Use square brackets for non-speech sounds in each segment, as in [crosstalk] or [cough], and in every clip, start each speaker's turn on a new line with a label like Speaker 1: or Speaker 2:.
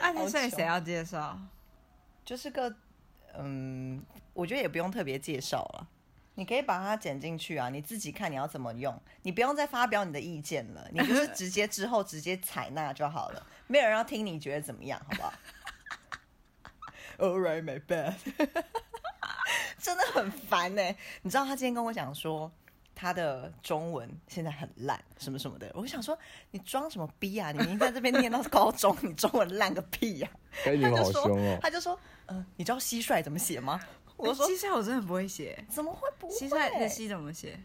Speaker 1: 爱配睡谁要介绍？
Speaker 2: 就是个，嗯，我觉得也不用特别介绍了，你可以把它剪进去啊，你自己看你要怎么用，你不用再发表你的意见了，你就是直接之后直接采纳就好了，没有人要听你觉得怎么样，好不好？All right, my bad [laughs] 真的很烦呢、你知道他今天跟我讲说。他的中文现在很烂，什么什么的，我想说你装什么逼啊！你明明在这边念到高中，你中文烂个屁啊呀、
Speaker 3: [laughs] 该你
Speaker 2: 他
Speaker 3: 们好
Speaker 2: 就
Speaker 3: 凶
Speaker 2: 说，
Speaker 3: 哦
Speaker 1: 啊
Speaker 2: 他！就说，嗯、你知道蟋蟀怎么写吗？我说
Speaker 1: 蟋蟀哎我真的很不会写，
Speaker 2: 怎么会不会？
Speaker 1: 蟋蟀的蟋怎么写？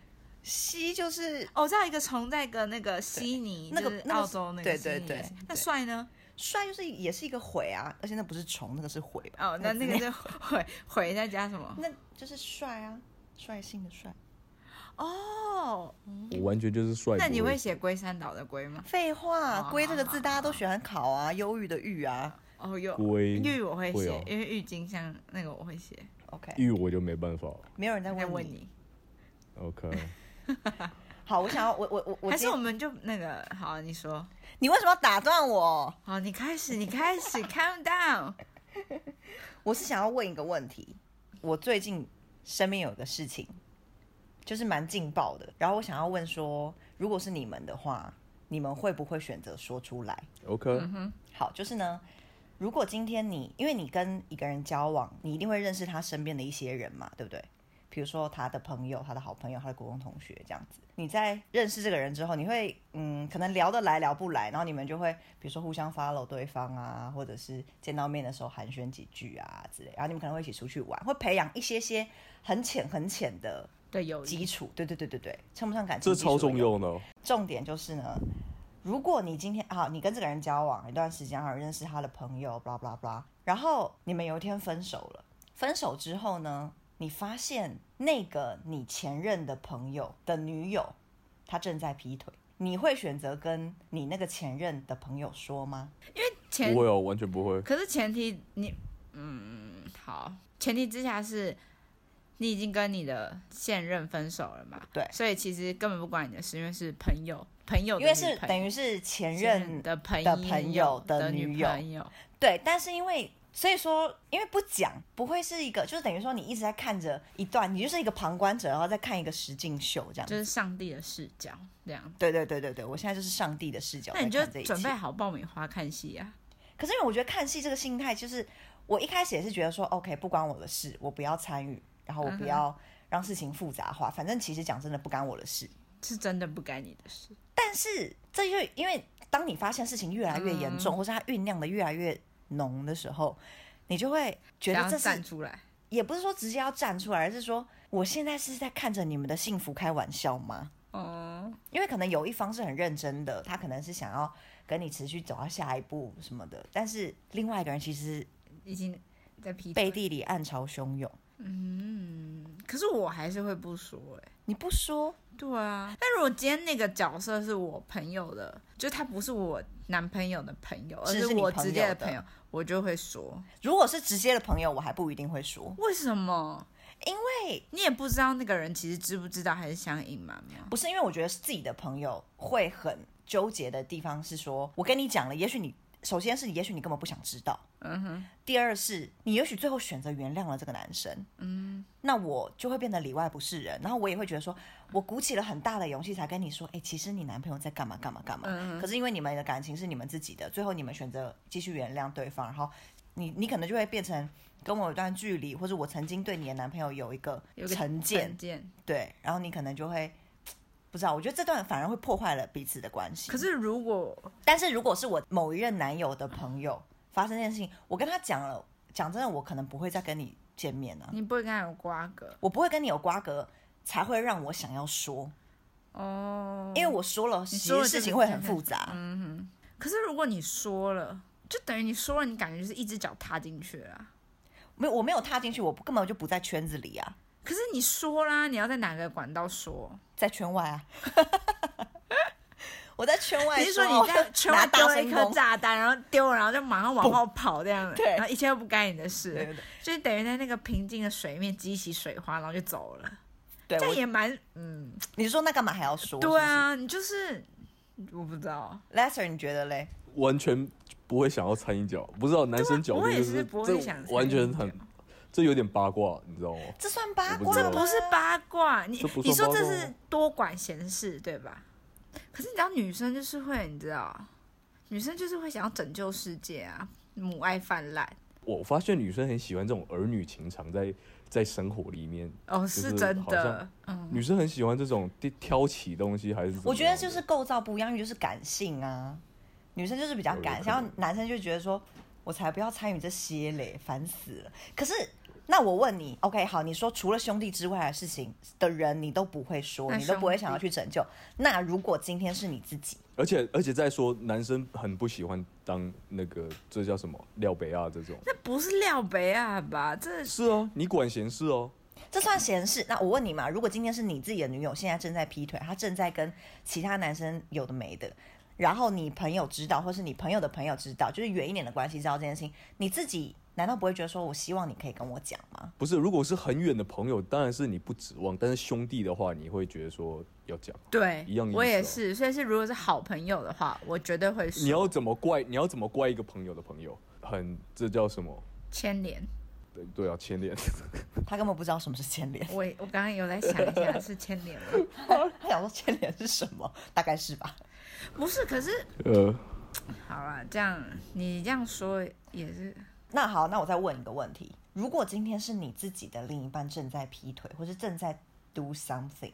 Speaker 2: 蟋就是
Speaker 1: 哦，我知道一个虫在一个那个悉尼，
Speaker 2: 那个
Speaker 1: 就是
Speaker 2: 那个
Speaker 1: 澳洲那个悉
Speaker 2: 对
Speaker 1: 尼的
Speaker 2: 对对
Speaker 1: 蟋那
Speaker 2: 对
Speaker 1: 帅呢？
Speaker 2: 帅，就是也是一个悔啊，而且那不是虫，那个是悔吧？
Speaker 1: 哦，那那个
Speaker 2: 字
Speaker 1: 就毁毁再加什么？
Speaker 2: 念那就是帅啊，率性的帅。
Speaker 1: 哦，
Speaker 3: 我完全就是帅。
Speaker 1: 那你会写龟山岛的龟吗？
Speaker 2: 废话
Speaker 1: 哦，
Speaker 2: 龟这个字大家都喜欢考啊，忧郁的郁啊。
Speaker 1: 哦，有
Speaker 3: 龟
Speaker 1: 玉我会
Speaker 3: 会
Speaker 1: 写
Speaker 3: 哦，
Speaker 1: 因为郁金香那个我会写。
Speaker 2: OK，
Speaker 3: 玉，我就没办法。
Speaker 2: 没有人在
Speaker 1: 我在
Speaker 2: 问
Speaker 1: 问
Speaker 2: 你。
Speaker 1: 你，
Speaker 3: OK，
Speaker 2: 好，我想要我我我我
Speaker 1: 还是
Speaker 2: 今
Speaker 1: 我
Speaker 2: 天，
Speaker 1: 们就那个好？你说
Speaker 2: 你为什么要打断我？
Speaker 1: 好，你开始，你开
Speaker 2: [laughs]
Speaker 1: 始 calm down。
Speaker 2: 我是想要问一个问题，我最近身边有一个事情，就是蛮劲爆的，然后我想要问说，如果是你们的话，你们会不会选择说出来？
Speaker 3: OK，
Speaker 1: 嗯
Speaker 2: 好，就是呢，如果今天你因为你跟一个人交往，你一定会认识他身边的一些人嘛，对不对？比如说他的朋友、他的好朋友、他的国中同学这样子。你在认识这个人之后，你会嗯，可能聊得来聊不来，然后你们就会比如说互相 follow 对方啊，或者是见到面的时候寒暄几句啊之类，然后你们可能会一起出去玩，会培养一些些很浅很浅的
Speaker 1: 对，有
Speaker 2: 基础。对对对对对，称不上感情，
Speaker 3: 这超重要呢。
Speaker 2: 重点就是呢，如果你今天啊，你跟这个人交往一段时间，好认识他的朋友，blah blah blah，然后你们有一天分手了，分手之后呢，你发现那个你前任的朋友的女友，她正在劈腿，你会选择跟你那个前任的朋友说吗？
Speaker 1: 前
Speaker 3: 不会哦，完全不会。
Speaker 1: 可是前提你，嗯，好，前提之下是你已经跟你的现任分手了嘛？
Speaker 2: 对
Speaker 1: 所以其实根本不管你的事，因为是朋友，朋友的
Speaker 2: 因为
Speaker 1: 女
Speaker 2: 是
Speaker 1: 朋
Speaker 2: 等于是前
Speaker 1: 现
Speaker 2: 任
Speaker 1: 的朋
Speaker 2: 的
Speaker 1: 友
Speaker 2: 朋友的
Speaker 1: 的
Speaker 2: 女
Speaker 1: 女
Speaker 2: 友
Speaker 1: 朋友，
Speaker 2: 对，但是因为所以说，因为不讲不会是一个，就是等于说你一直在看着一段，你就是一个旁观者，然后再看一个实境秀这样子
Speaker 1: 就是上帝的视角这样。
Speaker 2: 对对对对对，我现在就是上帝的视角。
Speaker 1: 那你就
Speaker 2: 这一
Speaker 1: 准备
Speaker 2: 切。
Speaker 1: 好爆米花看戏啊！
Speaker 2: 可是因为我觉得看戏这个心态，就是我一开始也是觉得说，OK，不关我的事，我不要参与，然后
Speaker 1: 嗯
Speaker 2: 我不要让事情复杂化，反正其实讲真的不干我的事。
Speaker 1: 是真的不该你的事。
Speaker 2: 但是这就因为当你发现事情越来越严
Speaker 1: 嗯
Speaker 2: 重，或是它酝酿的越来越浓的时候，你就会觉
Speaker 1: 然
Speaker 2: 得
Speaker 1: 后
Speaker 2: 这
Speaker 1: 站
Speaker 2: 是
Speaker 1: 出来，
Speaker 2: 也不是说直接要站出来，而是说我现在是在看着你们的幸福开玩笑吗？
Speaker 1: 哦，
Speaker 2: 因为可能有一方是很认真的，他可能是想要跟你持续走到下一步什么的，但是另外一个人其实
Speaker 1: 已经在劈
Speaker 2: 背
Speaker 1: 腿。
Speaker 2: 地里暗潮汹涌。
Speaker 1: 可是我还是会不说哎、
Speaker 2: 你不说，
Speaker 1: 对啊，但如果今天那个角色是我朋友的，就他不是我男朋友的朋友，而
Speaker 2: 只是
Speaker 1: 是
Speaker 2: 你
Speaker 1: 我
Speaker 2: 朋友
Speaker 1: 直接
Speaker 2: 的
Speaker 1: 朋友，我就会说
Speaker 2: 如果是直接的朋友，我还不一定会说，
Speaker 1: 为什么？
Speaker 2: 因为
Speaker 1: 你也不知道那个人其实知不知道，还是想隐瞒吗？
Speaker 2: 不是因为我觉得自己的朋友会很纠结的地方是说，我跟你讲了，也许你首先是也许你根本不想知道，
Speaker 1: 嗯哼，
Speaker 2: 第二是你也许最后选择原谅了这个男生，嗯，那我就会变得里外不是人，然后我也会觉得说，我鼓起了很大的勇气才跟你说，哎、其实你男朋友在干嘛干嘛干嘛，
Speaker 1: 嗯
Speaker 2: 可是因为你们的感情是你们自己的，最后你们选择继续原谅对方，然后你你可能就会变成跟我有一段距离，或者我曾经对你的男朋友有一个
Speaker 1: 有个
Speaker 2: 成见，
Speaker 1: 见。
Speaker 2: 对，然后你可能就会。不知道，我觉得这段反而会破坏了彼此的关系。
Speaker 1: 可是如果
Speaker 2: 但是如果是我某一任男友的朋友发生这件事情，我跟他讲了，讲真的，我可能不会再跟你见面啊，
Speaker 1: 你不会跟他有瓜葛
Speaker 2: 我不会跟你有瓜葛，才会让我想要说，
Speaker 1: 哦，
Speaker 2: 因为我说了，其
Speaker 1: 说了就
Speaker 2: 实事
Speaker 1: 是嗯
Speaker 2: 情
Speaker 1: [laughs]
Speaker 2: 会很复杂。 [laughs]
Speaker 1: 可是如果你说了，就等于你说了，你感觉就是一只脚踏进去了啊。
Speaker 2: 没有，我没有踏进去，我根本就不在圈子里啊，
Speaker 1: 可是你说啦，你要在哪个管道说？
Speaker 2: 在圈外啊。 [laughs] 我在圈外，
Speaker 1: 你是说你
Speaker 2: [laughs]
Speaker 1: 在圈外丢
Speaker 2: 大
Speaker 1: 了
Speaker 2: 声
Speaker 1: 一颗
Speaker 2: 公
Speaker 1: 炸弹，然后丢了，然后就马上往后跑这样子，
Speaker 2: 对
Speaker 1: 然后一切都不干你的
Speaker 2: 对
Speaker 1: 事，
Speaker 2: 对对
Speaker 1: 就是等于在那个平静的水面激起水花，然后就走了。 [laughs]
Speaker 2: 对，
Speaker 1: 但
Speaker 2: 我
Speaker 1: 也蛮嗯，
Speaker 2: 你说那干嘛还要说？
Speaker 1: 对啊，你就是我不知道，
Speaker 2: l e s t e r 你觉得嘞？
Speaker 3: 完全不会想要掺一脚，不知道男生角
Speaker 1: 啊我
Speaker 3: 度
Speaker 1: 也
Speaker 3: 就是
Speaker 1: 不会想掺
Speaker 3: 这完全很
Speaker 1: 一啊脚，
Speaker 3: 这有点八卦，你知道吗？
Speaker 2: 这算八
Speaker 3: 我不
Speaker 2: 卦
Speaker 3: 知
Speaker 2: 吗？
Speaker 3: 道
Speaker 1: 不是八卦，你
Speaker 3: 这不
Speaker 1: 你
Speaker 3: 算
Speaker 1: 说
Speaker 3: 八卦
Speaker 1: 这是多管闲事对吧？可是你知道女生就是会，你知道，女生就是会想要拯救世界啊，母爱泛滥
Speaker 3: 我发现女生很喜欢这种儿女情长在在生活里面，
Speaker 1: 哦，
Speaker 3: 是
Speaker 1: 是真
Speaker 3: 好
Speaker 1: 的
Speaker 3: 像，
Speaker 1: 嗯，
Speaker 3: 女生很喜欢这种挑挑起东西还是怎么样的？
Speaker 2: 我觉得就是构造不一样，就是感性啊，女生就是比较感性，
Speaker 3: 哦
Speaker 2: 然
Speaker 3: 有可能
Speaker 2: 后男生就觉得说，我才不要参与这些嘞，烦死了。可是那我问你，OK，好，你说除了兄弟之外的事情的人，你都不会说，
Speaker 1: 那
Speaker 2: 你都不会
Speaker 1: 兄弟
Speaker 2: 想要去拯救。那如果今天是你自己，
Speaker 3: 而且而且再说，男生很不喜欢当那个这叫什么廖北亚这种。
Speaker 1: 那不是廖北亚吧？这
Speaker 3: 是啊，你管闲事哦。
Speaker 2: 这算闲事？那我问你嘛，如果今天是你自己的女友，现在正在劈腿，她正在跟其他男生有的没的，然后你朋友知道，或是你朋友的朋友知道，就是远一点的关系知道这件事情，你自己难道不会觉得说，我希望你可以跟我讲吗？
Speaker 3: 不是，如果是很远的朋友，当然是你不指望；但是兄弟的话，你会觉得说要讲。
Speaker 1: 对
Speaker 3: 一样意思
Speaker 1: 我也
Speaker 3: 哦
Speaker 1: 是，所以是如果是好朋友的话，我绝对会
Speaker 3: 你要
Speaker 1: 说
Speaker 3: 怎么怪？你要怎么怪一个朋友的朋友？很，这叫什么？
Speaker 1: 牵连。
Speaker 3: 对对啊，牵连。
Speaker 2: 他根本不知道什么是牵连， [laughs]
Speaker 1: 我我刚刚有在想一下是牵连
Speaker 3: [laughs]
Speaker 1: 吗？
Speaker 2: 他想说牵连是什么，大概是吧。
Speaker 1: 不是，可是
Speaker 3: 呃，
Speaker 1: 好啦，这样你这样说也是
Speaker 2: 那好，那我再问一个问题：如果今天是你自己的另一半正在劈腿，或是正在 do something，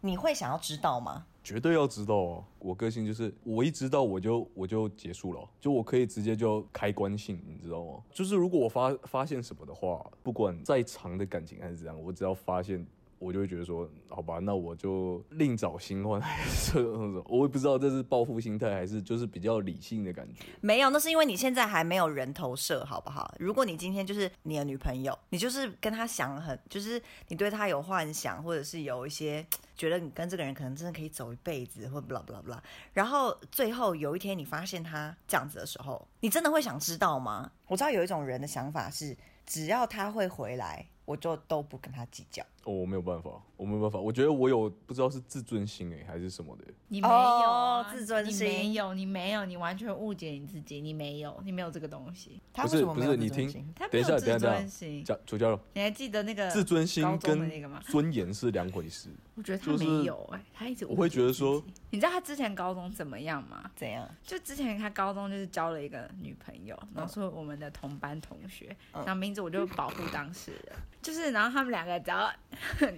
Speaker 2: 你会想要知道吗？
Speaker 3: 绝对要知道哦。我个性就是，我一知道我就我就结束了哦，就我可以直接就开关性，你知道吗？就是如果我发发现什么的话，不管再长的感情还是怎样，我只要发现。我就会觉得说，好吧，那我就另找新欢，还是这种， [laughs] 我也不知道这是报复心态，还是就是比较理性的感觉。
Speaker 2: 没有，那是因为你现在还没有人投射，好不好？如果你今天就是你的女朋友，你就是跟她想很，就是你对她有幻想，或者是有一些觉得你跟这个人可能真的可以走一辈子，或 blah blah blah。然后最后有一天你发现他这样子的时候，你真的会想知道吗？我知道有一种人的想法是，只要他会回来，我就都不跟他计较。
Speaker 3: 哦，我没有办法，我没有办法，我觉得我有不知道是自尊心哎、还是什么的，
Speaker 1: 你没有啊、
Speaker 2: 哦自尊
Speaker 1: 你
Speaker 2: 心
Speaker 1: 没有，你没有，你完全误解你自己，你没有，你没有这个东西，
Speaker 2: 他
Speaker 3: 不
Speaker 2: 为
Speaker 3: 是
Speaker 2: 什么
Speaker 3: 不
Speaker 2: 没有
Speaker 3: 是
Speaker 2: 自
Speaker 3: 你
Speaker 2: 尊
Speaker 3: 听
Speaker 2: 心？，呃
Speaker 1: 他没
Speaker 3: 等一下
Speaker 1: 有
Speaker 3: 等
Speaker 1: 自
Speaker 3: 一下等
Speaker 1: 尊
Speaker 3: 一下，
Speaker 1: 心。
Speaker 3: 家主家荣，
Speaker 1: 你还记得那个
Speaker 3: 自尊心
Speaker 1: 高中的
Speaker 3: 跟
Speaker 1: 那个
Speaker 2: [laughs]
Speaker 1: 吗？
Speaker 3: 尊严是两回事。
Speaker 1: 我觉得他
Speaker 3: 就是
Speaker 1: 没有哎、他一直
Speaker 3: 我会
Speaker 1: 误解
Speaker 3: 觉得
Speaker 1: 自己
Speaker 3: 说，
Speaker 1: 你知道他之前高中怎么样吗？
Speaker 2: 怎样？
Speaker 1: 就之前他高中就是交了一个女朋友，然后说我们的同班同学，
Speaker 2: 嗯
Speaker 1: 然后名字我就保护当事人，就是然后他们两个只要 [laughs]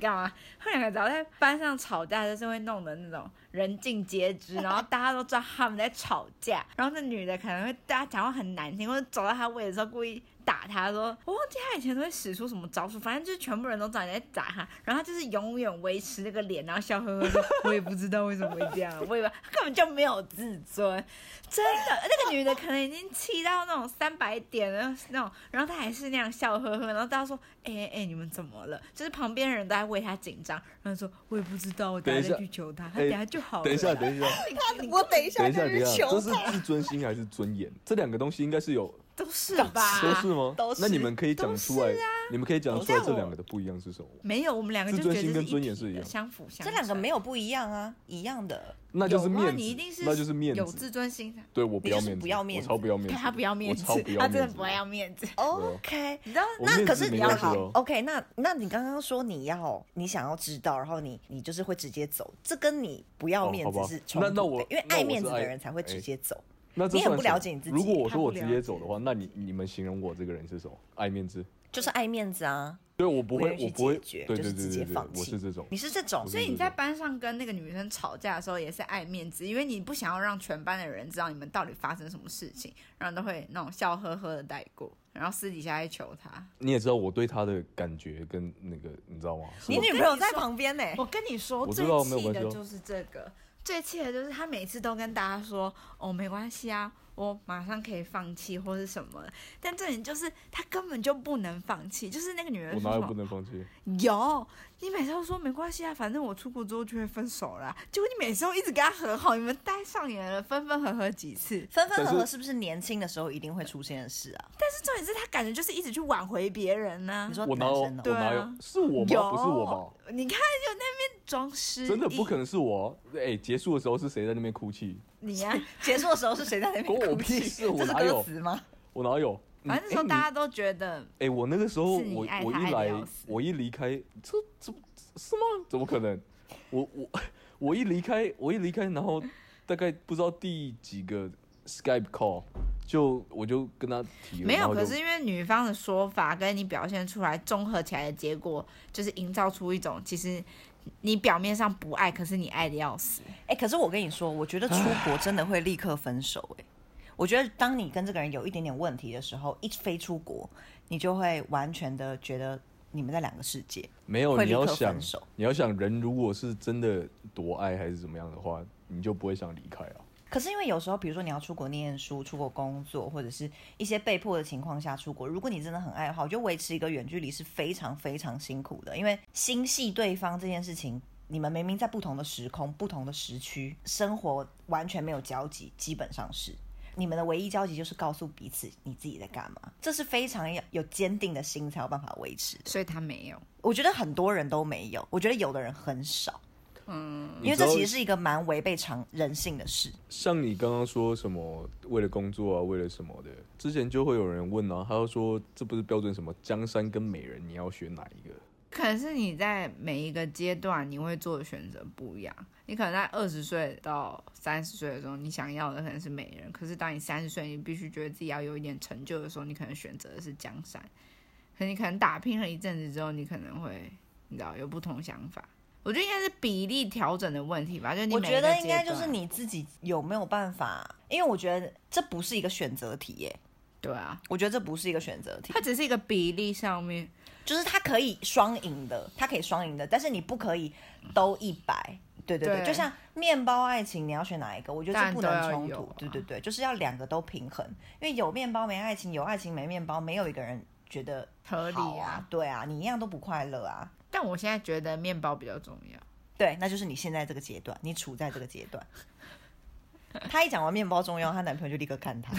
Speaker 1: 干嘛，他们两个只要在班上吵架，就是会弄得那种人尽皆知，然后大家都知道他们在吵架，然后那女的可能会对他讲话很难听，或者走到他位置的时候故意。打他说，我忘记他以前都会使出什么招数，反正就是全部人都知道你在打他，然后他就是永远维持那个脸，然后笑呵呵说，我也不知道为什么会这样，我也不，他根本就没有自尊，真的，那个女的可能已经气到那种三百点了那种，然后她还是那样笑呵呵，然后大家说，哎、哎、哎，你们怎么了？就是旁边人都在为她紧张，然后说我也不知道，我等下再
Speaker 3: 等一下
Speaker 1: 去求她，她等下就好了。
Speaker 3: 等一下，等一下，
Speaker 2: 我等一
Speaker 3: 等一下，等一下，这
Speaker 2: 求
Speaker 3: 是自尊心还是尊严？这两个东西应该是有
Speaker 1: 都是吧？
Speaker 3: 都是吗？
Speaker 2: 都是
Speaker 3: 那你们可以讲出来
Speaker 1: 都是，
Speaker 3: 你们可以讲出来
Speaker 2: 都是
Speaker 3: 这两个的不一样是什么？
Speaker 1: 没有，我们两个就
Speaker 3: 自
Speaker 1: 觉
Speaker 3: 尊
Speaker 1: 得
Speaker 3: 心
Speaker 1: 这
Speaker 3: 跟
Speaker 1: 一
Speaker 3: 尊
Speaker 1: 体
Speaker 3: 严是一
Speaker 1: 的，
Speaker 3: 样
Speaker 1: 相辅相
Speaker 2: 这
Speaker 1: 成。
Speaker 2: 两个没
Speaker 1: 有
Speaker 2: 有不一样啊，一样的。
Speaker 3: 那就是
Speaker 1: 啊
Speaker 3: 面子，
Speaker 1: 你一定是
Speaker 3: 那就是面
Speaker 1: 有
Speaker 3: 子。
Speaker 1: 自尊心的。
Speaker 3: 对我不要面
Speaker 2: 你就是
Speaker 3: 子，
Speaker 2: 不要面子
Speaker 3: 我超不要面子，
Speaker 1: 他不要面子
Speaker 3: 我超不，要
Speaker 1: 他
Speaker 3: 面子，
Speaker 1: 真的不要面子。
Speaker 2: OK，
Speaker 1: 你知道
Speaker 3: [laughs] 我
Speaker 2: 那
Speaker 3: 面
Speaker 2: 可
Speaker 3: 子
Speaker 2: 是
Speaker 3: 没
Speaker 2: 你
Speaker 3: 关
Speaker 2: 要
Speaker 3: 系
Speaker 2: 好
Speaker 3: 哦
Speaker 2: OK，那那你刚刚说你要你想要知道，然后你你就是会直接走，这跟你不要
Speaker 3: 哦
Speaker 2: 面
Speaker 3: 好
Speaker 2: 子
Speaker 3: 吧
Speaker 2: 是
Speaker 3: 那
Speaker 2: 冲突的，
Speaker 3: 那我
Speaker 2: 因为
Speaker 3: 那
Speaker 2: 爱
Speaker 3: 我
Speaker 2: 面
Speaker 3: 是
Speaker 2: 子的
Speaker 3: 爱
Speaker 2: 人才会直
Speaker 3: 哎
Speaker 2: 接走。
Speaker 3: 那这
Speaker 2: 你很
Speaker 3: 算
Speaker 2: 不
Speaker 3: 什么
Speaker 2: 了解你自己
Speaker 3: 如果我说我
Speaker 1: 他
Speaker 3: 直
Speaker 1: 不了
Speaker 3: 接走的话，那你你们形容我这个人是什么？爱面子？
Speaker 2: 就是爱面子啊，
Speaker 3: 对我不
Speaker 2: 不
Speaker 3: 会
Speaker 2: 愿，意
Speaker 3: 我
Speaker 2: 去
Speaker 3: 不会，
Speaker 2: 解决，
Speaker 3: 对对
Speaker 2: 就是
Speaker 3: 对
Speaker 2: 直接
Speaker 3: 对对
Speaker 2: 放，
Speaker 3: 我
Speaker 2: 弃。
Speaker 3: 是这种。
Speaker 2: 你是这种，
Speaker 1: 所以你在班上跟那个女生吵架的时候，也是爱面子，因为你不想要让全班的人知道你们到底发生什么事情，然后都会那种笑呵呵的带过，然后私底下在求他。
Speaker 3: 你也知道我对他的感觉跟那个，你知道吗？是
Speaker 2: 你
Speaker 3: 我
Speaker 2: 女朋友在旁
Speaker 3: [laughs]
Speaker 2: 边呢、
Speaker 1: 我跟你说，
Speaker 3: 我
Speaker 1: 最
Speaker 3: 知道没有
Speaker 1: 气
Speaker 3: 关系
Speaker 1: 的
Speaker 3: 哦
Speaker 1: 就是这个，最气的就是他每次都跟大家说：“哦，没关系啊，我马上可以放弃或是什么，但这点就是他根本就不能放弃，就是那个女人
Speaker 3: 我
Speaker 1: 说
Speaker 3: 哪
Speaker 1: 什
Speaker 3: 有
Speaker 1: 么
Speaker 3: 不能放弃？
Speaker 1: 有，你每次都说没关系啊，反正我出国之后就会分手啦。结果你每次都一直跟他和好，你们待上瘾了，分分合合几次。
Speaker 2: 分分
Speaker 3: 但
Speaker 2: 合合
Speaker 3: 是
Speaker 2: 是不是年轻的时候一定会出现的事啊？
Speaker 1: 但是重点是他感觉就是一直去挽回别人呢、
Speaker 2: 你说
Speaker 3: 我哪
Speaker 2: 男
Speaker 3: 有？
Speaker 2: 生
Speaker 3: 我
Speaker 2: 哦，
Speaker 1: 对
Speaker 3: 哪有
Speaker 1: 啊？
Speaker 3: 是我
Speaker 1: 有
Speaker 3: 吗？不是我吧？
Speaker 1: 你看就那边装失
Speaker 3: 真的不可
Speaker 1: 能。
Speaker 3: 能是我。哎、结束的时候是谁在那边哭泣？
Speaker 1: 你啊 [laughs] 呀、
Speaker 2: 结束的时候是谁在那边
Speaker 3: 关我
Speaker 2: 哭
Speaker 3: 屁
Speaker 2: 泣
Speaker 3: 事我
Speaker 2: 这是
Speaker 3: 哪有
Speaker 2: 歌词吗？
Speaker 3: 我哪有？
Speaker 1: 反正那时候
Speaker 3: 嗯哎
Speaker 1: 大
Speaker 3: 你
Speaker 1: 家都觉得
Speaker 3: 哎、我那个时候
Speaker 1: 是你
Speaker 3: 我
Speaker 1: 爱
Speaker 3: 我
Speaker 1: 他爱
Speaker 3: 一
Speaker 1: 得
Speaker 3: 来
Speaker 1: 要死
Speaker 3: 我一离开，这这是吗？怎么可能？我我我一离开我一离开，然后大概不知道第几个 Skype call 就我就跟他提了，
Speaker 1: 没
Speaker 3: 然
Speaker 1: 有，
Speaker 3: 后就
Speaker 1: 可是因为女方的说法跟你表现出来综合起来的结果，就是营造出一种其实你表面上不爱，可是你爱的要死。
Speaker 2: 哎、可是我跟你说，我觉得出国真的会立刻分手、哎，我觉得当你跟这个人有一点点问题的时候，一飞出国，你就会完全的觉得你们在两个世界。
Speaker 3: 没有
Speaker 2: 会
Speaker 3: 你
Speaker 2: 立
Speaker 3: 要
Speaker 2: 刻
Speaker 3: 想
Speaker 2: 分手
Speaker 3: 你要想人如果是真的多爱还是怎么样的话，你就不会想离开啊。
Speaker 2: 可是因为有时候，比如说你要出国念书、出国工作，或者是一些被迫的情况下出国，如果你真的很爱的话，我觉得维持一个远距离是非常非常辛苦的，因为心系对方这件事情。你们明明在不同的时空、不同的时区，生活完全没有交集，基本上是你们的唯一交集就是告诉彼此你自己在干嘛，这是非常有有坚定的心才有办法维持的。
Speaker 1: 所以他没有，
Speaker 2: 我觉得很多人都没有，我觉得有的人很少，
Speaker 1: 嗯
Speaker 2: 因为
Speaker 3: 你
Speaker 2: 这
Speaker 3: 知道
Speaker 2: 其实是一个蛮违背常人性的事。
Speaker 3: 像你刚刚说什么为了工作啊，为了什么的，之前就会有人问啊，他就说这不是标准什么江山跟美人，你要选哪一个？
Speaker 1: 可能是你在每一个阶段你会做的选择不一样。你可能在二十岁到三十岁的时候，你想要的可能是美人，可是当你三十岁，你必须觉得自己要有一点成就的时候，你可能选择的是江山。可你可能打拼了一阵子之后，你可能会你知道有不同想法。我觉得应该是比例调整的问题吧，就是你
Speaker 2: 我
Speaker 1: 每
Speaker 2: 觉
Speaker 1: 一个
Speaker 2: 得应
Speaker 1: 阶
Speaker 2: 该就
Speaker 1: 段
Speaker 2: 是你自己有没有办法，因为我觉得这不是一个选择题耶，
Speaker 1: 对啊，
Speaker 2: 我觉得这不是一个选择题
Speaker 1: 它，只是一个比例上面，
Speaker 2: 就是它可以双赢的，它可以双赢的，但是你不可以都一百。对对对，
Speaker 1: 对
Speaker 2: 就像面包爱情，你要选哪一个？我觉得
Speaker 1: 当
Speaker 2: 这
Speaker 1: 然
Speaker 2: 不
Speaker 1: 都要
Speaker 2: 能冲
Speaker 1: 有
Speaker 2: 突。
Speaker 1: 啊
Speaker 2: 对对对，就是要两个都平衡，因为有面包没爱情，有爱情没面包，没有一个人觉得
Speaker 1: 合理啊
Speaker 2: 好啊。对啊，你一样都不快乐啊。
Speaker 1: 但我现在觉得面包比较重要。
Speaker 2: 对，那就是你现在这个阶段，你处在这
Speaker 1: [laughs]
Speaker 2: 个阶段。她一讲完面包重要，她男朋友就立刻看她。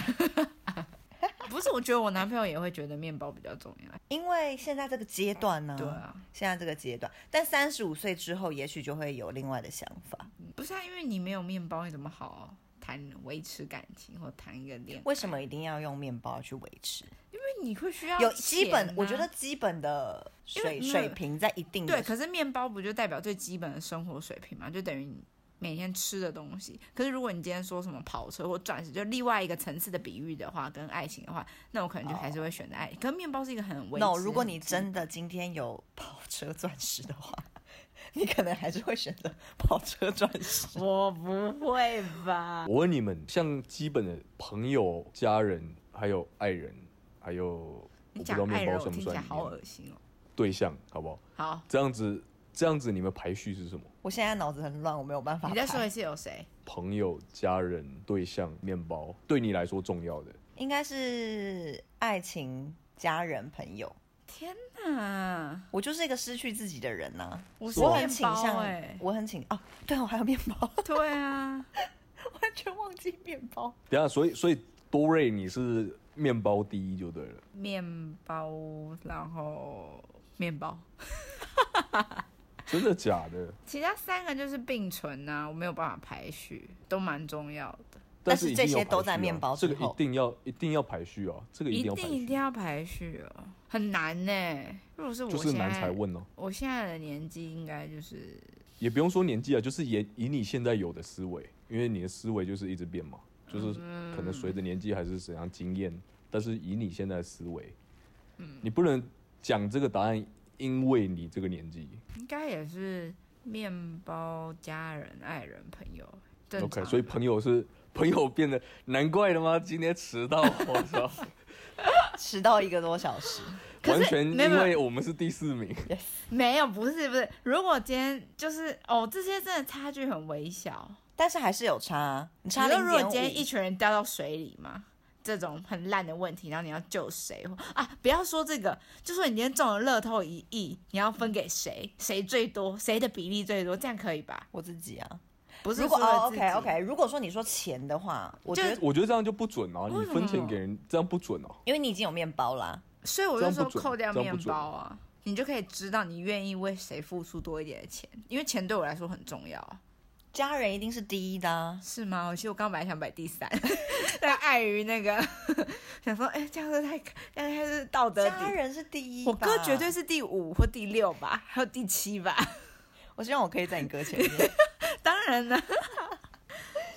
Speaker 1: 不是，我觉得我男朋友也会觉得面包比较重要。
Speaker 2: 因为现在这个阶段呢，
Speaker 1: 对啊，
Speaker 2: 现在这个阶段，但三十五岁之后，也许就会有另外的想法。
Speaker 1: 不是啊，因为你没有面包，你怎么好谈维持感情或谈一个恋爱？
Speaker 2: 为什么一定要用面包去维持？
Speaker 1: 因为你会需要、啊
Speaker 2: 有基本，我觉得。基本的水
Speaker 1: 因为没有
Speaker 2: 水平在一定
Speaker 1: 嗯
Speaker 2: 的
Speaker 1: 对，可是面包不就代表最基本的生活水平嘛？就等于你每天吃的东西。可是如果你今天说什么跑车或钻石，就另外一个层次的比喻的话，跟爱情的话，那我可能就还是会选择爱情。可是面包是一个很维
Speaker 2: no。
Speaker 1: 持
Speaker 2: 如果
Speaker 1: 很
Speaker 2: 你
Speaker 1: 基
Speaker 2: 真的今天有跑车钻石的话， [laughs] 你可能还是会选择跑车钻石。
Speaker 1: 我不会吧？
Speaker 3: 我问你们，像基本的朋友、家人，还有爱人，还有我
Speaker 1: 你
Speaker 3: 不知
Speaker 1: 讲
Speaker 3: 道
Speaker 1: 爱
Speaker 3: 面
Speaker 1: 人，
Speaker 3: 包
Speaker 1: 我
Speaker 3: 算不
Speaker 1: 听起来
Speaker 3: 算
Speaker 1: 好
Speaker 3: 里面
Speaker 1: 恶心哦。
Speaker 3: 对象，好不好？
Speaker 1: 好，
Speaker 3: 这样子，这样子你们排序是什么？
Speaker 2: 我现在脑子很乱，我没有办法。
Speaker 1: 你再说一，次有谁？
Speaker 3: 朋友、家人、对象、面包，对你来说重要的，
Speaker 2: 应该是爱情、家人、朋友。
Speaker 1: 天哪！
Speaker 2: 我就是一个失去自己的人呐、啊
Speaker 1: 我是
Speaker 2: 我
Speaker 1: 面
Speaker 2: 很倾
Speaker 1: 包
Speaker 2: 向，
Speaker 1: 哎、
Speaker 2: 我很倾哦，对哦，还有面包， [laughs]
Speaker 1: 对啊，
Speaker 2: 完全忘记面包。
Speaker 3: 等一下，所以所以多瑞你是面包第一就对了。
Speaker 1: 面包，然后面包，
Speaker 3: 真的假的？
Speaker 1: 其他三个就是并存啊，我没有办法排序，都蛮重要的，
Speaker 2: 但是
Speaker 3: 是一
Speaker 2: 这
Speaker 3: 定要
Speaker 2: 些都
Speaker 3: 排序
Speaker 2: 在
Speaker 3: 啊
Speaker 2: 面包之
Speaker 3: 这个一
Speaker 2: 后
Speaker 3: 定要一定要排序啊，这个一定要排
Speaker 1: 定一
Speaker 3: 序
Speaker 1: 定，要排序哦，很难呢、如果是我
Speaker 3: 就是
Speaker 1: 现
Speaker 3: 难才
Speaker 1: 在，
Speaker 3: 问哦、
Speaker 1: 我现在的年纪应该就是
Speaker 3: 也不用说年纪啊，就是也以你现在有的思维，因为你的思维就是一直变嘛，就是可能随着年纪还是怎样经验，但是以你现在的思维，
Speaker 1: 嗯
Speaker 3: 你不能讲这个答案，因为你这个年纪
Speaker 1: 应该也是面包、家人、爱人、朋友，正常
Speaker 3: ，OK，所以朋友是朋友变得难怪了吗？今天
Speaker 1: [laughs]
Speaker 3: 迟到，我操，
Speaker 2: 迟到一个多小时，
Speaker 1: 可是
Speaker 3: 完全因
Speaker 1: 没有没
Speaker 3: 为我们是第四名，
Speaker 1: 没有，不是不是，如果今天就是哦，这些真的差距很微小，
Speaker 2: 但是还是有差、啊，你差
Speaker 1: 你说
Speaker 2: 零
Speaker 1: 如果
Speaker 2: 点
Speaker 1: 今天一
Speaker 2: 五，
Speaker 1: 群人掉到水里嘛，这种很烂的问题，然后你要救谁或啊？不要说这个，就说你今天中了乐透一亿，你要分给谁？谁最多？谁的比例最多？这样可以吧？
Speaker 2: 我自己啊。
Speaker 1: 不是
Speaker 2: 如果
Speaker 1: 说
Speaker 2: 哦
Speaker 1: 自己
Speaker 2: ，OK OK，如果说你说钱的话，我觉
Speaker 1: 就
Speaker 2: 得
Speaker 3: 我觉得这样就不准啊，
Speaker 1: 为
Speaker 3: 你
Speaker 1: 什
Speaker 3: 分钱
Speaker 1: 么
Speaker 3: 给人这样不准啊。
Speaker 2: 因为你已经有面包啦，
Speaker 1: 所以我
Speaker 3: 这
Speaker 1: 就
Speaker 3: 样不
Speaker 1: 说
Speaker 3: 准
Speaker 1: 扣掉
Speaker 3: 这样
Speaker 1: 面
Speaker 3: 不准
Speaker 1: 包啊，你就可以知道你愿意为谁付出多一点的钱，因为钱对我来说很重要啊，
Speaker 2: 家人一定是第一的、啊。
Speaker 1: 是吗？其实我刚本来想摆第三， [laughs] 但碍于那个 [laughs] 想说，哎、这样子太这样太是道德
Speaker 2: 家
Speaker 1: 底。
Speaker 2: 人是第一吧，
Speaker 1: 我哥绝对是第五或第六吧， [laughs] 还有第七吧。
Speaker 2: 我希望我可以在你哥前面。
Speaker 1: 当然了， [laughs]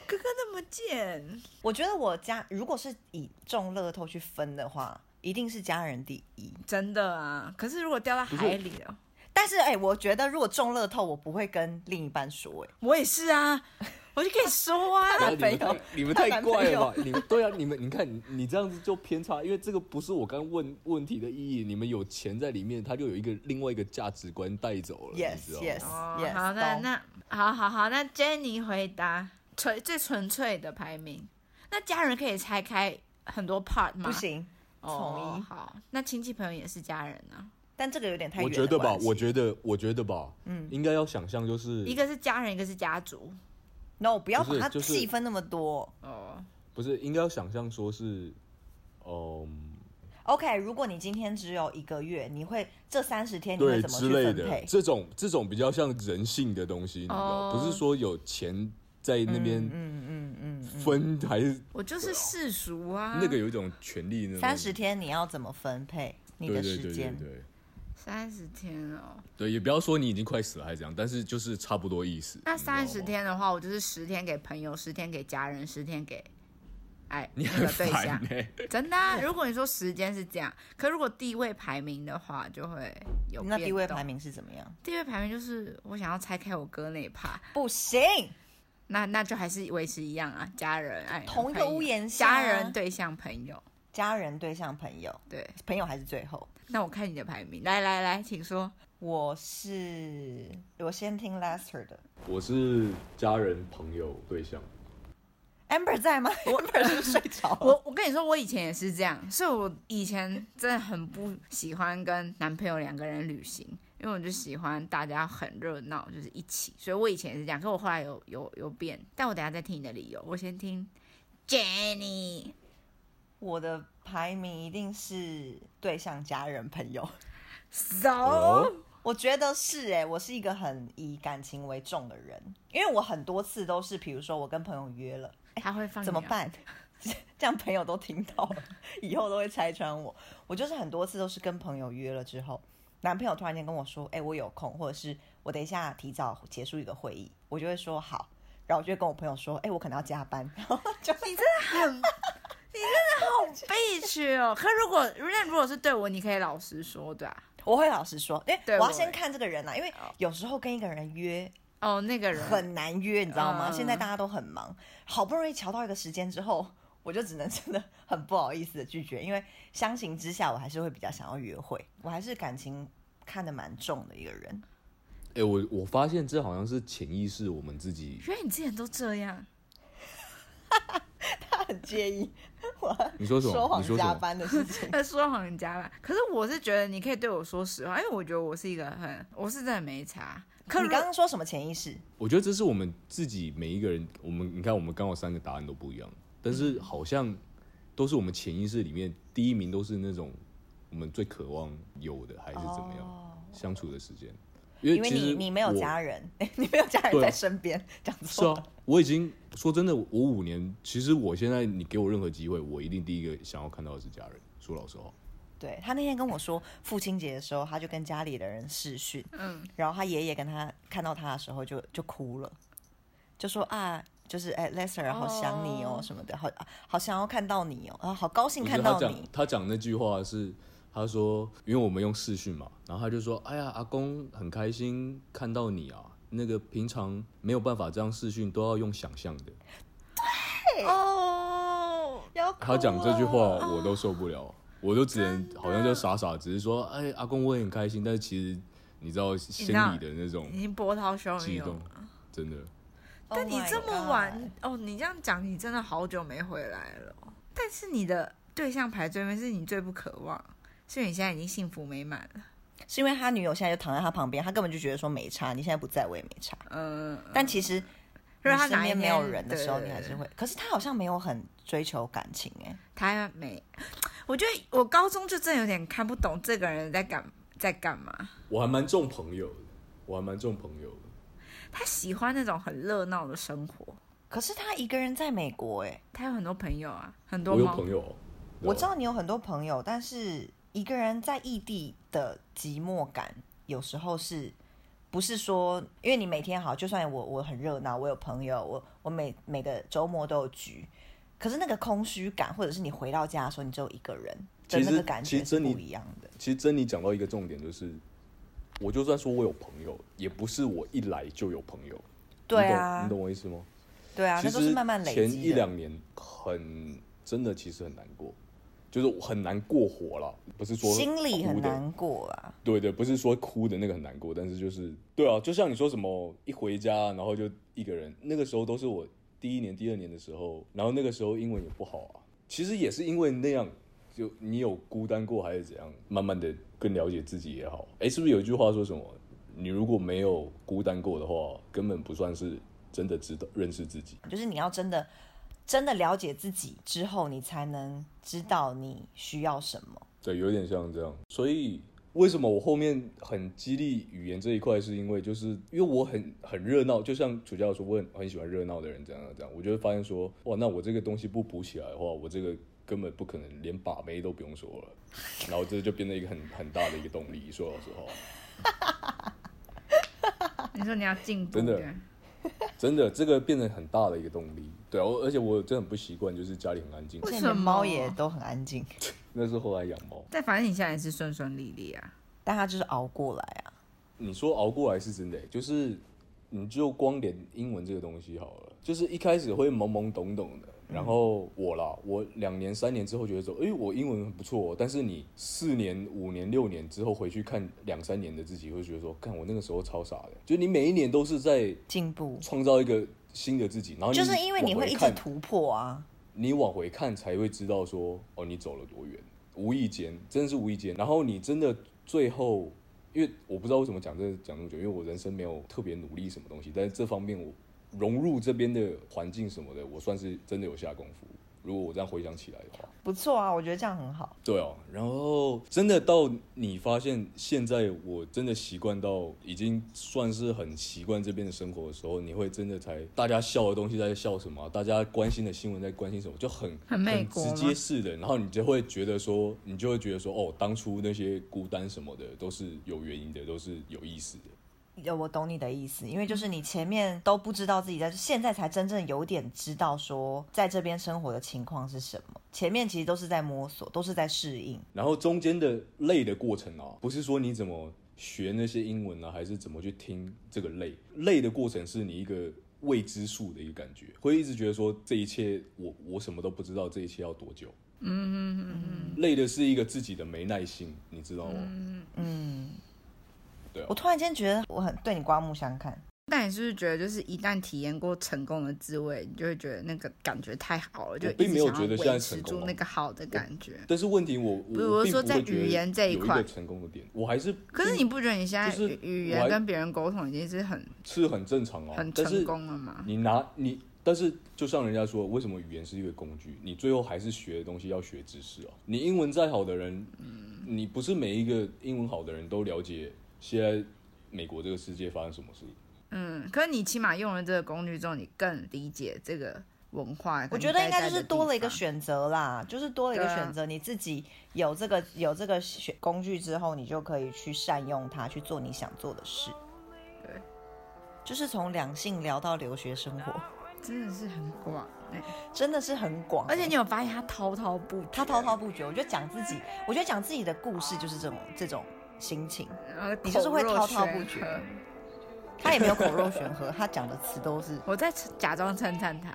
Speaker 1: 哥哥那么贱，
Speaker 2: 我觉得我家如果是以中乐透去分的话，一定是家人第一。
Speaker 1: 真的啊。可是如果掉到海里了，
Speaker 2: 但是哎、我觉得如果中乐透，我不会跟另一半说、哎，
Speaker 1: 我也是啊，我就可以说啊。
Speaker 3: 然后你们
Speaker 2: 朋友
Speaker 3: [laughs] 太你们
Speaker 2: 她
Speaker 3: 太
Speaker 2: 男
Speaker 3: 怪
Speaker 2: 朋友
Speaker 3: 了吧？你们对啊，你们你看你你这样子就偏差，因为这个不是我刚问问题的意义。你们有钱在里面，他就有一个另外一个价值观带走了
Speaker 2: Yes,
Speaker 3: 你知道
Speaker 2: yes.
Speaker 3: 吗？
Speaker 1: 哦
Speaker 2: Yes，
Speaker 1: 好，那
Speaker 2: 懂
Speaker 1: 那好好好，那 Jenny 回答纯最纯粹的排名，那家人可以拆开很多 part 吗？
Speaker 2: 不，行，
Speaker 1: 哦
Speaker 2: 从、一
Speaker 1: 好，那亲戚朋友也是家人啊，
Speaker 2: 但这个有点太远
Speaker 3: 我
Speaker 2: 的
Speaker 3: 觉得吧
Speaker 2: 关，系
Speaker 3: 我觉得我觉得吧，
Speaker 2: 嗯
Speaker 3: 应该要想象就是
Speaker 1: 一个是家人，一个是家族。
Speaker 2: no，不要
Speaker 3: 不
Speaker 2: 把
Speaker 3: 是
Speaker 2: 它
Speaker 3: 就是
Speaker 2: 细分那么多。
Speaker 1: 哦，
Speaker 3: 不是应该要想象说是，嗯，
Speaker 2: OK，如果你今天只有一个月，你会这三十天你会
Speaker 3: 对
Speaker 2: 怎么
Speaker 3: 之
Speaker 2: 去
Speaker 3: 类
Speaker 2: 分
Speaker 3: 的
Speaker 2: 配？
Speaker 3: 这种这种比较像人性的东西，你知道，
Speaker 1: 哦
Speaker 3: 不是说有钱在那边
Speaker 2: 嗯嗯
Speaker 3: 分还是
Speaker 1: 我就是世俗啊。
Speaker 3: 那个有一种权利
Speaker 2: 嗯，
Speaker 3: 那种
Speaker 2: 三十天你要怎么分配你
Speaker 3: 对
Speaker 2: 的
Speaker 3: 对
Speaker 2: 时
Speaker 3: 对对
Speaker 2: 间？
Speaker 3: 对。
Speaker 1: 三十天哦，
Speaker 3: 对，也不要说你已经快死了还是怎样，但是就是差不多意思。
Speaker 1: 那
Speaker 3: 你知道吗
Speaker 1: 三十，天的话，我就是十天给朋友，十天给家人，十天给哎
Speaker 3: [laughs] 你
Speaker 1: 那
Speaker 3: 很
Speaker 1: 个对
Speaker 3: 烦欸
Speaker 1: 象
Speaker 3: 呢、。
Speaker 1: 真的啊、如果你说时间是这样，可如果地位排名的话，就会有
Speaker 2: 那地位
Speaker 1: 变动
Speaker 2: 排名是怎么样？
Speaker 1: 地位排名就是我想要拆开我哥那一趴，
Speaker 2: 不行，
Speaker 1: 那那就还是维持一样啊，家人爱人
Speaker 2: 同一个
Speaker 1: 朋友
Speaker 2: 屋檐下啊
Speaker 1: 家人对象朋友
Speaker 2: 家人、对象、朋友，
Speaker 1: 对。
Speaker 2: 朋友还是最后。
Speaker 1: 那我看你的排名，来来来，请说。
Speaker 2: 我是我先听 Lester 的
Speaker 3: [laughs] 我是家人、朋友、对象，
Speaker 2: ，Amber 在吗？Amber 是不是睡着
Speaker 1: [laughs]
Speaker 2: 了？
Speaker 1: 我我跟你说，我以前也是这样，所以我以前真的很不喜欢跟男朋友两个人旅行，因为我就喜欢大家很热闹，就是一起。所以我以前也是这样，可我后来有有有变，但我等一下再听你的理由，我先听 Jenny。
Speaker 2: 我的排名一定是对象、家人、朋友。
Speaker 1: 走、
Speaker 3: 哦
Speaker 2: 我觉得是哎、我是一个很以感情为重的人，因为我很多次都是，比如说我跟朋友约了，
Speaker 1: 他会放
Speaker 2: 怎么
Speaker 1: 你啊？
Speaker 2: 办？这样朋友都听到了，以后都会拆穿我。我就是很多次都是跟朋友约了之后，男朋友突然间跟我说：“哎、我有空，或者是我等一下提早结束一个会议。”我就会说好，然后我就会跟我朋友说：“哎、我可能要加班。”然后 [laughs] 就
Speaker 1: 你真的很， [laughs] 你真的好 b 屈哦。可如果那如果是对我，你可以老实说，对啊。
Speaker 2: 我会老实说，哎、
Speaker 1: 对
Speaker 2: 我要
Speaker 1: 我
Speaker 2: 先
Speaker 1: 也
Speaker 2: 看这个人啊，因为有时候跟一个人约
Speaker 1: 哦，那个人
Speaker 2: 很难约，你知道吗？
Speaker 1: 嗯
Speaker 2: 现在大家都很忙，好不容易瞧到一个时间之后，我就只能真的很不好意思的拒绝，因为相形之下，我还是会比较想要约会，我还是感情看得蛮重的一个人。 [laughs]
Speaker 3: 哎、我我发现这好像是潜意识我们自己。
Speaker 1: 原来你之前都这样。。
Speaker 2: 他很介意我
Speaker 3: 你说什
Speaker 2: [laughs] 说
Speaker 3: 么？
Speaker 2: 谎
Speaker 3: 你说什
Speaker 2: 加
Speaker 3: 么？
Speaker 2: 班的事情
Speaker 1: 在呃说谎人家吧。可是我是觉得你可以对我说实话，因为我觉得我是一个很，我是真的没差。可
Speaker 2: 你
Speaker 1: 如
Speaker 2: 刚刚说什么潜意识？
Speaker 3: 我觉得这是我们自己每一个人，我们你看，我们刚好三个答案都不一样，但是好像都是我们潜意识里面第一名都是那种我们最渴望有的，还是怎么样、
Speaker 2: 哦
Speaker 3: 相处的时间？
Speaker 2: 因
Speaker 3: 因
Speaker 2: 为
Speaker 3: 其
Speaker 2: 你
Speaker 3: 实
Speaker 2: 你没有
Speaker 3: 我
Speaker 2: 家人， [laughs] 你没有家人
Speaker 3: 对啊
Speaker 2: 在身边，讲
Speaker 3: 是
Speaker 2: 错
Speaker 3: 啊
Speaker 2: 了。，
Speaker 3: [laughs] 我已经说真的，我五年，其实我现在你给我任何机会，我一定第一个想要看到的是家人。说老实话，啊
Speaker 2: 对他那天跟我说，父亲节的时候，他就跟家里的人视讯，
Speaker 1: 嗯，
Speaker 2: 然后他爷爷跟他看到他的时候就就哭了，就说啊，就是哎、Lester 好想你哦
Speaker 1: 哦
Speaker 2: 什么的，好好想要看到你哦，啊好高兴
Speaker 3: 不
Speaker 2: 看
Speaker 3: 是他
Speaker 2: 到
Speaker 3: 讲
Speaker 2: 你，
Speaker 3: 他讲那句话是，他说，因为我们用视讯嘛，然后他就说，哎呀，阿公很开心看到你啊，那个平常没有办法这样视讯，都要用想象
Speaker 2: [laughs]
Speaker 3: 的。
Speaker 1: 哦，
Speaker 2: 要哭
Speaker 3: 他讲这句
Speaker 2: 了，
Speaker 3: 话我都受不了，我都只能好像就傻傻，只是说，哎，阿公我也很开心，但是其实你知道心里的那种
Speaker 1: 已经波涛汹
Speaker 3: 激
Speaker 1: 涌
Speaker 3: 动，真的。
Speaker 1: 但你
Speaker 2: Oh my
Speaker 1: 这么晚
Speaker 2: God
Speaker 1: 哦，你这样讲，你真的好久没回来了。但是你的对象排最面是你最不渴望，是因为你现在已经幸福美满了。
Speaker 2: 是因为他女友现在就躺在他旁边，他根本就觉得说没差，你现在不在我也没差。
Speaker 1: 嗯，
Speaker 2: 但其实，
Speaker 1: 如果他
Speaker 2: 身
Speaker 1: 哪一天
Speaker 2: 边没有人的时候，
Speaker 1: 对
Speaker 2: 你还是会。可是他好像没有很追求感情哎、
Speaker 1: 他没，我觉得我高中就真的有点看不懂这个人在干在干嘛。
Speaker 3: 我还蛮重朋友的，我还蛮重朋友的。
Speaker 1: 他喜欢那种很热闹的生活，
Speaker 2: 可是他一个人在美国哎、
Speaker 1: 他有很多朋友啊，很多
Speaker 3: 我有
Speaker 1: 猫。
Speaker 3: 朋友哦，
Speaker 2: 我知道你有很多朋友，但是一个人在异地的寂寞感，有时候是不是说，因为你每天好，就算我我很热闹，我有朋友，我我每每个周末都有局，可是那个空虚感，或者是你回到家的时候，你只有一个人的
Speaker 3: 其
Speaker 2: 那
Speaker 3: 实
Speaker 2: 个感觉
Speaker 3: 其实
Speaker 2: 是
Speaker 3: 真的
Speaker 2: 不一样的。
Speaker 3: 其实珍妮讲到一个重点，就是我就算说我有朋友，也不是我一来就有朋友。
Speaker 2: 对
Speaker 3: 你懂，
Speaker 2: 啊
Speaker 3: 你，懂我意思吗？
Speaker 2: 对啊，
Speaker 3: 其
Speaker 2: 那
Speaker 3: 实
Speaker 2: 都是慢慢累积的。
Speaker 3: 前一两年很真的，其实很难过，就是我很难过火了，不是说
Speaker 2: 心里很
Speaker 3: 哭的
Speaker 2: 难过啊。
Speaker 3: 对对，不是说哭的那个很难过，但是就是对啊，就像你说什么一回家然后就一个人，那个时候都是我第一年、第二年的时候，然后那个时候英文也不好啊，其实也是因为那样，就你有孤单过还是怎样，慢慢的更了解自己也好。哎，是不是有一句话说什么？你如果没有孤单过的话，根本不算是真的知道认识自己。
Speaker 2: 就是你要真的真的了解自己之后，你才能知道你需要什么。
Speaker 3: 对，有点像这样。所以为什么我后面很激励语言这一块，是因为就是因为我很很热闹，就像主教说，我很很喜欢热闹的人，这样这样，我就会发现说，哇，那我这个东西不补起来的话，我这个根本不可能连把妹都不用说了，然后这就变成一个很很大的一个动力。说老实话。
Speaker 1: 你说你要进步，
Speaker 3: 真的
Speaker 1: 对
Speaker 3: 真的，这个变成很大的一个动力。对啊，我而且我真的很不习惯，就是家里很安静
Speaker 1: 为。
Speaker 2: 而
Speaker 1: 什
Speaker 2: 且
Speaker 1: 么
Speaker 2: 你的猫也都很安静，
Speaker 3: 那是后来养猫。
Speaker 1: 但反正你现在也是顺顺利利啊。
Speaker 2: 但它就是熬过来啊。
Speaker 3: 你说熬过来是真的欸、就是你就光点英文这个东西好了，就是一开始会懵懵懂懂的。然后我啦，我两年三年之后觉得说，诶，我英文很不错哦、但是你四年、五年、六年之后回去看两三年的自己，会觉得说，看我那个时候超傻的，就你每一年都是在
Speaker 2: 进步
Speaker 3: 创造一个新的自己，哦然后你
Speaker 2: 就是因为你会一
Speaker 3: 往回
Speaker 2: 直
Speaker 3: 看
Speaker 2: 突破啊。
Speaker 3: 你往回看才会知道说，哦，你走了多远，无意间，真的是无意间。然后你真的最后，因为我不知道为什么讲这讲那么久，因为我人生没有特别努力什么东西，但是这方面我融入这边的环境什么的，我算是真的有下功夫。如果我这样回想起来的话，
Speaker 2: 不错啊，我觉得这样很好。
Speaker 3: 对哦，然后真的到你发现现在我真的习惯到已经算是很习惯这边的生活的时候，你会真的才大家笑的东西在笑什么啊、大家关心的新闻在关心什么，就很
Speaker 1: 很美国
Speaker 3: 直
Speaker 1: 吗
Speaker 3: 接式的，然后你就会觉得说，你就会觉得说，哦，当初那些孤单什么的都是有原因的，都是有意思的。
Speaker 2: 有我懂你的意思，因为就是你前面都不知道自己在，现在才真正有点知道说在这边生活的情况是什么。前面其实都是在摸索，都是在适应。
Speaker 3: 然后中间的累的过程啊，不是说你怎么学那些英文啊，还是怎么去听这个累，累的过程是你一个未知数的一个感觉，会一直觉得说这一切我我什么都不知道，这一切要多久？嗯嗯嗯嗯，累的是一个自己的没耐心，你知道吗？
Speaker 2: 嗯，
Speaker 3: 对啊
Speaker 2: 我，突然间觉得我很对你刮目相看。
Speaker 1: 但你是不是觉得，就是一旦体验过成功的滋味，你就会觉得那个感觉太好了，就一直
Speaker 3: 并没有
Speaker 1: 想要
Speaker 3: 觉得现在
Speaker 1: 维
Speaker 3: 成
Speaker 1: 持
Speaker 3: 功
Speaker 1: 住
Speaker 3: 哦
Speaker 1: 那个好的感觉。
Speaker 3: 但是问题我我
Speaker 1: 不是
Speaker 3: 我
Speaker 1: 我
Speaker 3: 并
Speaker 1: 说
Speaker 3: 不
Speaker 1: 在
Speaker 3: 会觉得
Speaker 1: 语言这一
Speaker 3: 有一
Speaker 1: 块
Speaker 3: 个成功的点，我还是
Speaker 1: 可是你不觉得你现在
Speaker 3: 就是
Speaker 1: 语语
Speaker 3: 我还
Speaker 1: 言跟别人沟通已经是很
Speaker 3: 是很正常啊，
Speaker 1: 很
Speaker 3: 但是
Speaker 1: 成功了吗？
Speaker 3: 你拿你，但是就像人家说，为什么语言是一个工具？你最后还是学的东西要学知识啊。你英文再好的人，你不是每一个英文好的人都了解现在美国这个世界发生什么事。
Speaker 1: 嗯，可是你起码用了这个工具之后，你更理解这个文化。
Speaker 2: 我觉得应该就是多了一个
Speaker 1: 选，
Speaker 2: 选择啦，就是多了一个
Speaker 1: 对啊
Speaker 2: 选择。你自己有这个有这个选工具之后，你就可以去善用它，去做你想做的事。
Speaker 1: 对，
Speaker 2: 就是从两性聊到留学生活，
Speaker 1: 真的是很广哎、
Speaker 2: 真的是很广欸、
Speaker 1: 而且你有发现他滔滔不绝，
Speaker 2: 他滔滔不绝。我觉得讲自己，我觉得讲自己的故事就是这种这种心情。
Speaker 1: 然后
Speaker 2: 你就是会
Speaker 1: 呃口若
Speaker 2: 滔滔
Speaker 1: 悬
Speaker 2: 不绝
Speaker 1: 河
Speaker 2: 他也没有口若悬河，他讲的词都是
Speaker 1: 我在假装称赞他，